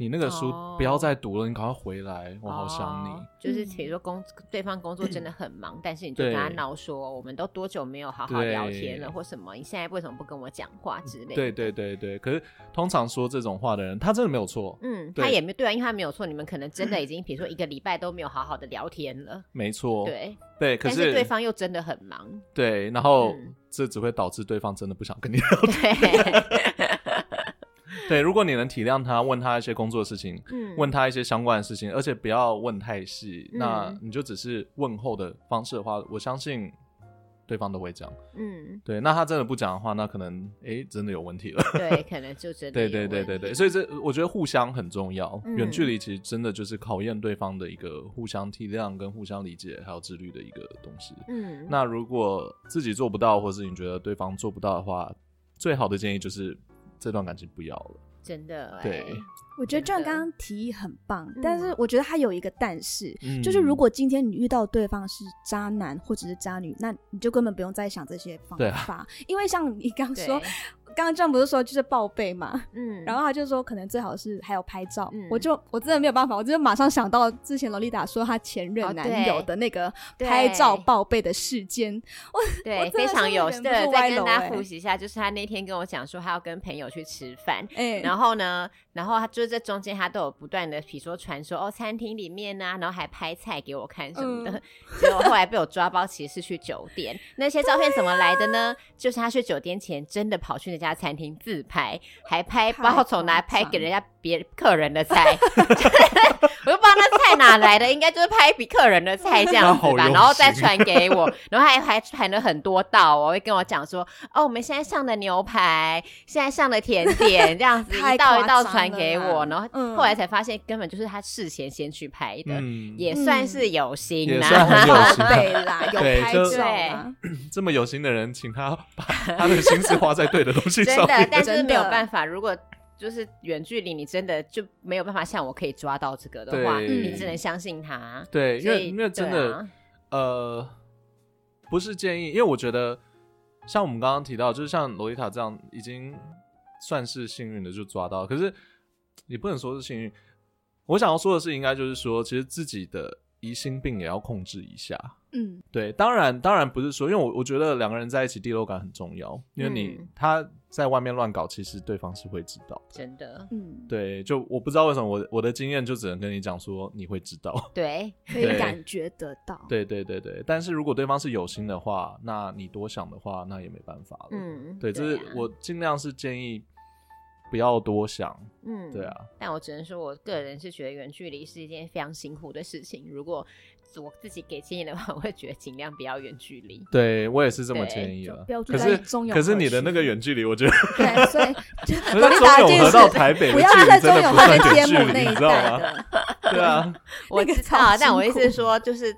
[SPEAKER 3] 你那个书
[SPEAKER 2] 哦
[SPEAKER 3] 不要再读了，你赶快回来，我好想你。
[SPEAKER 2] 哦就是比
[SPEAKER 1] 嗯
[SPEAKER 2] 如说工对方工作真的很 忙，但是你就跟他
[SPEAKER 3] 对
[SPEAKER 2] 闹说，我们都多久没有好好
[SPEAKER 3] 对
[SPEAKER 2] 聊天了，或什么，你现在为什么不跟我讲话之类的？
[SPEAKER 3] 对对对对，可是通常说这种话的人，他真的没有错，
[SPEAKER 2] 嗯，
[SPEAKER 3] 对
[SPEAKER 2] 他也没对啊，因为他没有错，你们可能真的已经，比如说一个礼拜都没有好好的聊天了，
[SPEAKER 3] 没错。
[SPEAKER 2] 对，
[SPEAKER 3] 对，哦可
[SPEAKER 2] 但
[SPEAKER 3] 是
[SPEAKER 2] 对方又真的很 忙，
[SPEAKER 3] 对，然后
[SPEAKER 2] 嗯
[SPEAKER 3] 这只会导致对方真的不想跟你聊。
[SPEAKER 2] 对，
[SPEAKER 3] 对，如果你能体谅他，问他一些工作的事情，
[SPEAKER 2] 嗯，
[SPEAKER 3] 问他一些相关的事情，而且不要问太细，
[SPEAKER 2] 嗯
[SPEAKER 3] 那你就只是问候的方式的话，我相信对方都会讲。
[SPEAKER 2] 嗯，
[SPEAKER 3] 对，那他真的不讲的话，那可能诶真的有问题了。
[SPEAKER 2] 对，可能就真的
[SPEAKER 3] 对
[SPEAKER 2] 有
[SPEAKER 3] 对对
[SPEAKER 2] 问
[SPEAKER 3] 对对，
[SPEAKER 2] 题
[SPEAKER 3] 所以这我觉得互相很重要。
[SPEAKER 2] 嗯
[SPEAKER 3] 远距离其实真的就是考验对方的一个互相体谅、跟互相理解还有自律的一个东西。
[SPEAKER 2] 嗯，
[SPEAKER 3] 那如果自己做不到，或是你觉得对方做不到的话，最好的建议就是这段感情不要了。
[SPEAKER 2] 真的哎
[SPEAKER 3] 对
[SPEAKER 1] 我觉得
[SPEAKER 2] 真
[SPEAKER 1] John
[SPEAKER 2] 的
[SPEAKER 1] 刚刚提议很棒
[SPEAKER 2] 嗯，
[SPEAKER 1] 但是我觉得他有一个但是，
[SPEAKER 3] 嗯
[SPEAKER 1] 就是如果今天你遇到对方是渣男或者是渣女，那你就根本不用再想这些方
[SPEAKER 3] 对啊
[SPEAKER 1] 法，因为像你刚
[SPEAKER 2] 对
[SPEAKER 1] 说，刚刚 John 不是说就是报备嘛，
[SPEAKER 2] 嗯，
[SPEAKER 1] 然后他就说可能最好是还有拍照，
[SPEAKER 2] 嗯
[SPEAKER 1] 我就我真的没有办法，我就马上想到之前洛丽达说她前
[SPEAKER 2] 哦
[SPEAKER 1] 任
[SPEAKER 2] 对
[SPEAKER 1] 男友的那个拍照
[SPEAKER 2] 对
[SPEAKER 1] 报备的事件，我
[SPEAKER 2] 对，
[SPEAKER 1] 真的
[SPEAKER 2] 非常
[SPEAKER 1] 是
[SPEAKER 2] 有
[SPEAKER 1] 忍
[SPEAKER 2] 事。
[SPEAKER 1] 不住
[SPEAKER 2] 再
[SPEAKER 1] 歪
[SPEAKER 2] 跟
[SPEAKER 1] 楼
[SPEAKER 2] 大家
[SPEAKER 1] 欸
[SPEAKER 2] 复习一下，就是他那天跟我讲说，他要跟朋友去吃饭。
[SPEAKER 1] 哎、
[SPEAKER 2] 然后呢，然后他就是这中间他都有不断的，比如说传说哦，餐厅里面呐、然后还拍菜给我看什么的。
[SPEAKER 1] 嗯
[SPEAKER 2] 结果后来被我抓包，其实是去酒店。那些照片怎么来的呢？
[SPEAKER 1] 啊
[SPEAKER 2] 就是他去酒店前真的跑去那家餐厅自拍，还拍
[SPEAKER 1] 太
[SPEAKER 2] 包从哪
[SPEAKER 1] 夸
[SPEAKER 2] 拍
[SPEAKER 1] 张
[SPEAKER 2] 给人家别客人的菜， 我就不知道那菜哪来的，应该就是拍比客人的菜这样子
[SPEAKER 3] 那好
[SPEAKER 2] 吧，
[SPEAKER 3] 用
[SPEAKER 2] 然后再
[SPEAKER 3] 心
[SPEAKER 2] 传给我，然后还还传了很多道哦，会跟我讲说，哦，我们现在上的牛排，现在上的甜 点，这样子
[SPEAKER 1] 太
[SPEAKER 2] 一道一
[SPEAKER 1] 夸张
[SPEAKER 2] 道
[SPEAKER 1] 了
[SPEAKER 2] 传给我，
[SPEAKER 1] 啦
[SPEAKER 2] 然后
[SPEAKER 1] 嗯
[SPEAKER 2] 后来才发现根本就是他事前先去拍的，
[SPEAKER 3] 嗯
[SPEAKER 2] 也算是有心啊
[SPEAKER 3] 也
[SPEAKER 2] 啦、
[SPEAKER 3] 算很 有心
[SPEAKER 1] 报备啦，有
[SPEAKER 3] 对
[SPEAKER 1] 拍
[SPEAKER 3] 就
[SPEAKER 1] 照啦，
[SPEAKER 3] 嗯这么有心的人，请他把他的心思花在对的东西
[SPEAKER 2] 真
[SPEAKER 3] 上
[SPEAKER 2] 的，
[SPEAKER 3] 面。
[SPEAKER 2] 但是
[SPEAKER 1] 真
[SPEAKER 2] 没有
[SPEAKER 1] 的
[SPEAKER 2] 办法，如果。就是远距离，你真的就没有办法像我可以抓到这个的话，
[SPEAKER 3] 对
[SPEAKER 2] 你只能相信他。
[SPEAKER 3] 对，因
[SPEAKER 2] 所
[SPEAKER 3] 为
[SPEAKER 2] 以
[SPEAKER 3] 因为真
[SPEAKER 2] 对
[SPEAKER 3] 的、
[SPEAKER 2] 啊
[SPEAKER 3] 呃，不是建议，因为我觉得像我们刚刚提到，就是像洛丽塔这样，已经算是幸运的就抓到，可是也不能说是幸运。我想要说的是，应该就是说，其实自己的疑心病也要控制一下。
[SPEAKER 1] 嗯，
[SPEAKER 3] 对，当然，当然不是说，因为我我觉得两个人在一起第六感很重要，因为你、
[SPEAKER 2] 嗯
[SPEAKER 3] 他在外面乱搞，其实对方是会知道。
[SPEAKER 2] 真的，
[SPEAKER 1] 嗯，
[SPEAKER 3] 对，就我不知道为什么我我的经验就只能跟你讲说你会知道。
[SPEAKER 2] 对，
[SPEAKER 1] 可以
[SPEAKER 3] 对
[SPEAKER 1] 感觉得到，
[SPEAKER 3] 对对对对，但是如果对方是有心的话，那你多想的话，那也没办法了。，
[SPEAKER 2] 嗯，
[SPEAKER 3] 对，这是
[SPEAKER 2] 啊，
[SPEAKER 3] 我尽量是建议不要多想。
[SPEAKER 2] 嗯，
[SPEAKER 3] 对。啊，
[SPEAKER 2] 但我只能说，我个人是觉得远距离是一件非常辛苦的事情。如果我自己给建议的话，我会觉得尽量不要远距离。
[SPEAKER 3] 对我也是这么
[SPEAKER 2] 对
[SPEAKER 3] 建议
[SPEAKER 1] 就
[SPEAKER 3] 了。
[SPEAKER 1] 不要住
[SPEAKER 3] 可
[SPEAKER 1] 在
[SPEAKER 3] 是
[SPEAKER 1] 中永
[SPEAKER 3] 可是
[SPEAKER 1] 和
[SPEAKER 3] 你的
[SPEAKER 1] 区
[SPEAKER 3] 那个远距离，我觉 得
[SPEAKER 1] 对，所以 就
[SPEAKER 3] 可
[SPEAKER 1] 洛丽
[SPEAKER 3] 是
[SPEAKER 1] 达这
[SPEAKER 3] 中永
[SPEAKER 1] 件
[SPEAKER 3] 和
[SPEAKER 1] 事
[SPEAKER 3] 到台北的
[SPEAKER 1] 不
[SPEAKER 3] 距
[SPEAKER 1] 要
[SPEAKER 3] 离
[SPEAKER 1] 在
[SPEAKER 3] 真
[SPEAKER 1] 中
[SPEAKER 3] 的
[SPEAKER 1] 永
[SPEAKER 3] 不
[SPEAKER 1] 和
[SPEAKER 3] 算
[SPEAKER 1] 跟
[SPEAKER 3] 远
[SPEAKER 1] 天
[SPEAKER 3] 距
[SPEAKER 1] 母
[SPEAKER 3] 离，
[SPEAKER 1] 那
[SPEAKER 3] 你
[SPEAKER 1] 一
[SPEAKER 3] 知道
[SPEAKER 1] 带
[SPEAKER 3] 吗？
[SPEAKER 1] 的，
[SPEAKER 3] 对啊，
[SPEAKER 2] 我
[SPEAKER 1] 那个
[SPEAKER 2] 知
[SPEAKER 1] 超
[SPEAKER 2] 道，但我意
[SPEAKER 1] 辛
[SPEAKER 2] 思
[SPEAKER 1] 苦
[SPEAKER 2] 是说，就是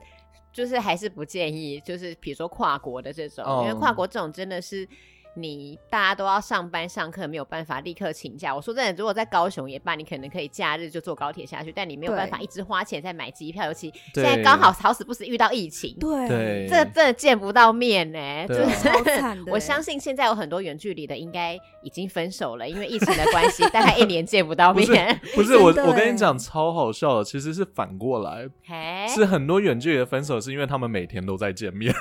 [SPEAKER 2] 就是还是不建议，就是比如说跨国的这种，因为
[SPEAKER 3] 嗯
[SPEAKER 2] 跨国这种真的是。你大家都要上班上课，没有办法立刻请假。我说真的，如果在高雄也罢，你可能可以假日就坐高铁下去，但你没有
[SPEAKER 1] 对
[SPEAKER 2] 办法一直花钱再买机票，尤其现
[SPEAKER 3] 对
[SPEAKER 2] 在刚好好死不死遇到疫情，
[SPEAKER 1] 对，
[SPEAKER 3] 对，
[SPEAKER 2] 这真的见不到面呢、就
[SPEAKER 3] 对啊
[SPEAKER 2] 是
[SPEAKER 1] 超 惨的。欸
[SPEAKER 2] 我相信现在有很多远距离的，应该已经分手了，因为疫情的关系，大概一年见不到
[SPEAKER 3] 不是
[SPEAKER 2] 面。
[SPEAKER 3] 不是我，
[SPEAKER 1] 真的
[SPEAKER 3] 我跟
[SPEAKER 1] 欸
[SPEAKER 3] 你讲超好笑的，其实是反过来，
[SPEAKER 1] 哎
[SPEAKER 2] 嘿，
[SPEAKER 3] 是很多远距离的分手是因为他们每天都在见面，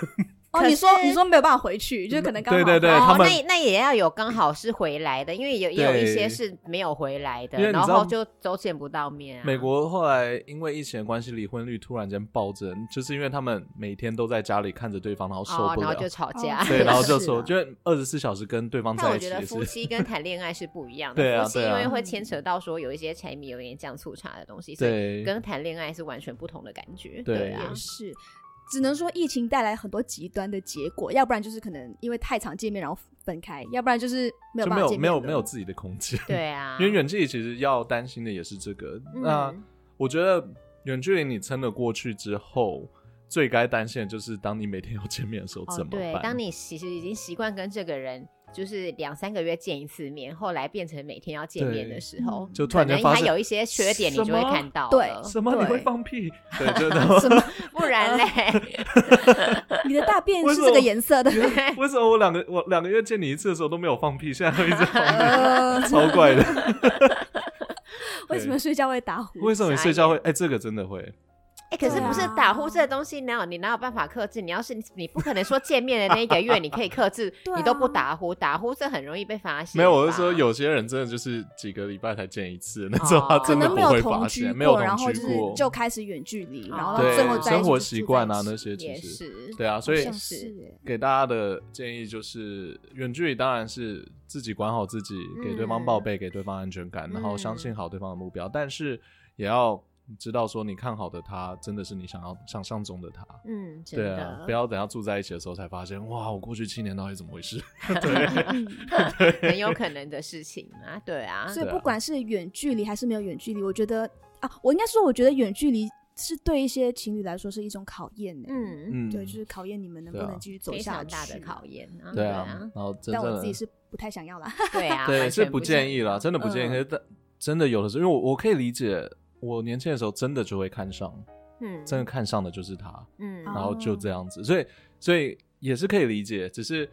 [SPEAKER 1] 哦，
[SPEAKER 2] 可
[SPEAKER 1] 你说
[SPEAKER 2] 是
[SPEAKER 1] 你说没有办法回去，就可能刚好
[SPEAKER 3] 对对对
[SPEAKER 2] 哦
[SPEAKER 3] 他们
[SPEAKER 2] 那那也要有刚好是回来的，因为有也有
[SPEAKER 3] 对
[SPEAKER 2] 一些是没有回来的
[SPEAKER 3] 因为，你
[SPEAKER 2] 然
[SPEAKER 3] 知道
[SPEAKER 2] 后就都见不到面、啊。
[SPEAKER 3] 美国后来因为疫情的关系，离婚率突然间暴增，就是因为他们每天都在家里看着对方，然后受
[SPEAKER 2] 哦，
[SPEAKER 3] 不
[SPEAKER 2] 然
[SPEAKER 3] 了，
[SPEAKER 2] 后就吵架。
[SPEAKER 1] 哦
[SPEAKER 3] 对，然后就是受，
[SPEAKER 1] 啊
[SPEAKER 3] 就是二十四小时跟对方
[SPEAKER 2] 但
[SPEAKER 3] 在
[SPEAKER 2] 我
[SPEAKER 3] 一
[SPEAKER 2] 觉
[SPEAKER 3] 起
[SPEAKER 2] 得
[SPEAKER 3] 也
[SPEAKER 2] 夫
[SPEAKER 3] 是。
[SPEAKER 2] 妻跟谈恋爱是不一样的，
[SPEAKER 3] 对啊
[SPEAKER 2] 夫妻
[SPEAKER 3] 对
[SPEAKER 2] 因
[SPEAKER 3] 啊
[SPEAKER 2] 为会牵扯到说有一些柴米油盐酱醋茶的东西，所以
[SPEAKER 3] 对，
[SPEAKER 2] 跟谈恋爱是完全不同的感觉。
[SPEAKER 3] 对
[SPEAKER 2] 对啊
[SPEAKER 1] 也，是。只能说疫情带来很多极端的结果，要不然就是可能因为太常见面然后分开，要不然就是没有办
[SPEAKER 3] 就没
[SPEAKER 1] 法
[SPEAKER 3] 有
[SPEAKER 1] 见面
[SPEAKER 3] 没有
[SPEAKER 1] 了
[SPEAKER 3] 没有自己的空间。
[SPEAKER 2] 对啊，
[SPEAKER 3] 因为远距离其实要担心的也是这个。
[SPEAKER 2] 嗯
[SPEAKER 3] 那我觉得远距离你撑得过去之后，最该担心的就是，当你每天要见面的时候
[SPEAKER 2] 哦
[SPEAKER 3] 怎，么办？
[SPEAKER 2] 对，当你其实已经习惯跟这个人就是两三个月见一次面，后来变成每天要见面的时候，
[SPEAKER 3] 就突然间
[SPEAKER 2] 可能
[SPEAKER 3] 发
[SPEAKER 2] 他
[SPEAKER 3] 现
[SPEAKER 2] 有一些缺点，你就会
[SPEAKER 3] 什么
[SPEAKER 2] 看到
[SPEAKER 1] 对
[SPEAKER 2] 了
[SPEAKER 3] 什么你会
[SPEAKER 1] 对
[SPEAKER 3] 放屁？对，真的。
[SPEAKER 1] 什么？
[SPEAKER 2] 不然嘞，
[SPEAKER 1] 你的大便
[SPEAKER 3] 为
[SPEAKER 1] 是
[SPEAKER 3] 什
[SPEAKER 1] 这
[SPEAKER 3] 么
[SPEAKER 1] 个颜 色的？
[SPEAKER 3] 为什么我两个我两个月见你一次的时候都没有放屁，现在会一直放屁，
[SPEAKER 1] 呃，
[SPEAKER 3] 超怪的。
[SPEAKER 1] 为什么睡觉会打呼？
[SPEAKER 3] 为什么你睡觉会？哎，这个真的会。
[SPEAKER 2] 哎、可是
[SPEAKER 1] 对
[SPEAKER 2] 不是
[SPEAKER 1] 啊
[SPEAKER 2] 打呼这东西，哪有你哪有办法克制？你要是你你不可能说见面的那一个月你可以克制，
[SPEAKER 1] 对啊
[SPEAKER 2] 你都不打呼，打呼这很容易被发现吧。
[SPEAKER 3] 没有，我是说有些人真的就是几个礼拜才见一次，那时候他
[SPEAKER 2] 哦
[SPEAKER 1] 可
[SPEAKER 3] 真的
[SPEAKER 1] 能
[SPEAKER 3] 不
[SPEAKER 1] 没有
[SPEAKER 3] 会
[SPEAKER 1] 同
[SPEAKER 3] 发
[SPEAKER 1] 居
[SPEAKER 3] 现，
[SPEAKER 1] 过，
[SPEAKER 3] 没有
[SPEAKER 1] 然后就
[SPEAKER 3] 同居
[SPEAKER 1] 是
[SPEAKER 3] 过，
[SPEAKER 1] 就开始远距离，然后到
[SPEAKER 2] 哦
[SPEAKER 1] 最后
[SPEAKER 3] 对
[SPEAKER 1] 在一
[SPEAKER 3] 生
[SPEAKER 1] 起
[SPEAKER 3] 活
[SPEAKER 1] 就
[SPEAKER 3] 习
[SPEAKER 1] 住在
[SPEAKER 3] 惯
[SPEAKER 1] 一
[SPEAKER 3] 啊
[SPEAKER 1] 起
[SPEAKER 3] 那些
[SPEAKER 2] 也
[SPEAKER 3] 其实。
[SPEAKER 2] 是，
[SPEAKER 3] 对啊，所
[SPEAKER 1] 好
[SPEAKER 3] 以
[SPEAKER 1] 像
[SPEAKER 2] 是
[SPEAKER 1] 是欸
[SPEAKER 3] 给大家的建议就是，远距离当然是自己管好自己，给对方
[SPEAKER 2] 嗯
[SPEAKER 3] 报备，给对方安全
[SPEAKER 1] 嗯
[SPEAKER 3] 感，然后相信好对方的目标，但是也要知道说，你看好的他真的是你想要想象中的他。
[SPEAKER 2] 嗯，真
[SPEAKER 3] 对
[SPEAKER 2] 的，
[SPEAKER 3] 啊，不要等到住在一起的时候才发现，哇，我过去七年到底怎么回事？
[SPEAKER 1] 嗯
[SPEAKER 2] 很有可能的事情啊，对啊，
[SPEAKER 1] 所以
[SPEAKER 3] 对
[SPEAKER 1] 不
[SPEAKER 3] 啊
[SPEAKER 1] 管是远距离还是没有远距离，我觉得啊，我应该说，我觉得远距离是对一些情侣来说是一种考验呢。，
[SPEAKER 2] 嗯，
[SPEAKER 3] 嗯，
[SPEAKER 1] 对，就是考验你们能不
[SPEAKER 3] 对啊
[SPEAKER 1] 能继续走
[SPEAKER 2] 非
[SPEAKER 1] 下
[SPEAKER 2] 常
[SPEAKER 1] 去。
[SPEAKER 2] 大的考验啊，
[SPEAKER 3] 对啊
[SPEAKER 2] 啊，，
[SPEAKER 3] 然后真
[SPEAKER 1] 但
[SPEAKER 3] 正
[SPEAKER 1] 我
[SPEAKER 3] 的
[SPEAKER 1] 自己是不太想要啦。
[SPEAKER 2] 对啊，
[SPEAKER 3] 对，
[SPEAKER 2] 完
[SPEAKER 3] 是
[SPEAKER 2] 全
[SPEAKER 3] 不
[SPEAKER 2] 不
[SPEAKER 3] 建议
[SPEAKER 2] 了。
[SPEAKER 3] 啦，真的不建议。
[SPEAKER 1] 嗯
[SPEAKER 3] 可是但真的有的时候，因为我我可以理解，我年轻的时候真的就会看上，
[SPEAKER 2] 嗯，
[SPEAKER 3] 真的看上的就是他，
[SPEAKER 2] 嗯，
[SPEAKER 1] 哦
[SPEAKER 3] 然后就这样子，所以所以也是可以理解，只是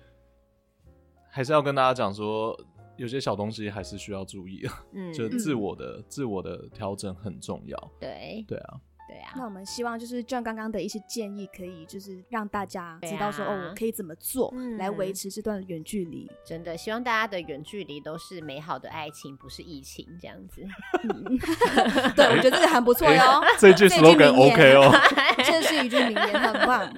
[SPEAKER 3] 还是要跟大家讲说，有些小东西还是需要注意，
[SPEAKER 2] 嗯，
[SPEAKER 3] 就自我的、自我的调整很重要。
[SPEAKER 2] 对
[SPEAKER 3] 对啊，
[SPEAKER 2] 对
[SPEAKER 1] 那
[SPEAKER 2] 啊，
[SPEAKER 1] 我们希望就是就像刚刚的一些建议，可以就是让大家
[SPEAKER 2] 对
[SPEAKER 1] 知道说、
[SPEAKER 2] 啊
[SPEAKER 1] 哦，我可以怎么做、
[SPEAKER 2] 嗯
[SPEAKER 1] 来维持这段远距 离。
[SPEAKER 2] 真的希望大家的远距离都是美好的爱情，不是疫情这样子。
[SPEAKER 1] 对，我觉得这个很不错 哟。
[SPEAKER 3] 这句
[SPEAKER 1] 这句名
[SPEAKER 3] slogan
[SPEAKER 1] 言
[SPEAKER 3] OK 哦，
[SPEAKER 1] 这是一句名言，很 棒。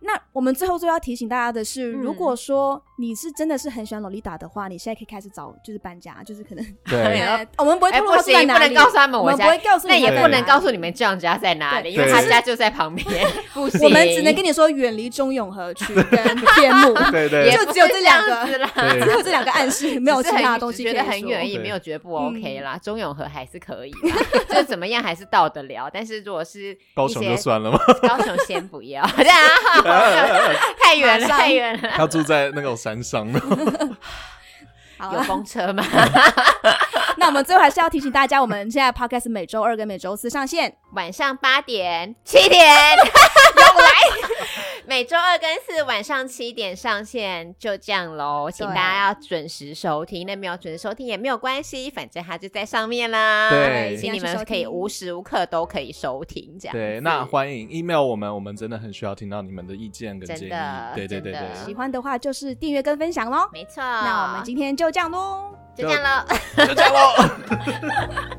[SPEAKER 1] 那我们最后最要提醒大家的是，
[SPEAKER 2] 嗯
[SPEAKER 1] 如果说你是真的是很喜欢洛丽塔的话，你现在可以开始找，就是搬家，就是可能
[SPEAKER 3] 对。
[SPEAKER 1] 呃我们不会
[SPEAKER 2] 哎
[SPEAKER 1] 透露
[SPEAKER 2] 不
[SPEAKER 1] 他住在
[SPEAKER 2] 行
[SPEAKER 1] 哪里，
[SPEAKER 2] 不能告诉他们我
[SPEAKER 1] 我们
[SPEAKER 2] 家
[SPEAKER 1] 不会告诉你
[SPEAKER 2] 那
[SPEAKER 1] 他
[SPEAKER 2] 也
[SPEAKER 1] 在哪里，
[SPEAKER 2] 不能告诉你们酱家在哪里，因为他
[SPEAKER 3] 对
[SPEAKER 2] 家就在旁边， 不行。
[SPEAKER 1] 我们只能跟你说远离中永和区跟天 幕，
[SPEAKER 3] 对对
[SPEAKER 2] 也
[SPEAKER 1] 就
[SPEAKER 2] 不
[SPEAKER 1] 只有
[SPEAKER 2] 是
[SPEAKER 1] 这两个
[SPEAKER 2] 样 子啦，
[SPEAKER 3] 对
[SPEAKER 1] 只有这两个暗示，没有
[SPEAKER 2] 只
[SPEAKER 1] 其
[SPEAKER 2] 是很
[SPEAKER 1] 他的东西可
[SPEAKER 2] 觉
[SPEAKER 1] 以
[SPEAKER 2] 得很
[SPEAKER 1] 说
[SPEAKER 2] 远，也
[SPEAKER 3] 对
[SPEAKER 2] 没有觉得不
[SPEAKER 1] 嗯
[SPEAKER 2] OK 啦。中永和还是可以啦，就怎么样还是到得了，但是如果是
[SPEAKER 3] 高
[SPEAKER 2] 一
[SPEAKER 3] 雄
[SPEAKER 2] 些
[SPEAKER 3] 就 算了嘛，
[SPEAKER 2] 高雄先不要， 对啊，太远
[SPEAKER 1] 马
[SPEAKER 2] 了，
[SPEAKER 1] 上
[SPEAKER 2] 太远了。
[SPEAKER 3] 他住在那种山上 的，
[SPEAKER 1] 好啊
[SPEAKER 2] 有
[SPEAKER 1] 了，
[SPEAKER 2] 公车吗？
[SPEAKER 1] 那我们最后还是要提醒大家，我们现在 podcast 每周二跟每周四上线，
[SPEAKER 2] 晚上八点、七 点又来，每周二跟四晚上七点上线，就这样喽，请
[SPEAKER 1] 对
[SPEAKER 2] 大家要准时收听。那没有准时收听也没有关系，反正它就在上面啦。
[SPEAKER 3] 对
[SPEAKER 2] 请你们可以无时无刻都可以收听，这样子
[SPEAKER 3] 对，那欢迎 email 我们，我们真的很需要听到你们的意见跟
[SPEAKER 2] 真
[SPEAKER 3] 建议
[SPEAKER 2] 的。
[SPEAKER 3] 对对对
[SPEAKER 2] 真的
[SPEAKER 3] 对
[SPEAKER 1] 喜，欢的话就是订阅跟分享喽。
[SPEAKER 2] 没错。
[SPEAKER 1] 那我们今天就这样喽。
[SPEAKER 2] 就这样喽。
[SPEAKER 3] 就这样喽。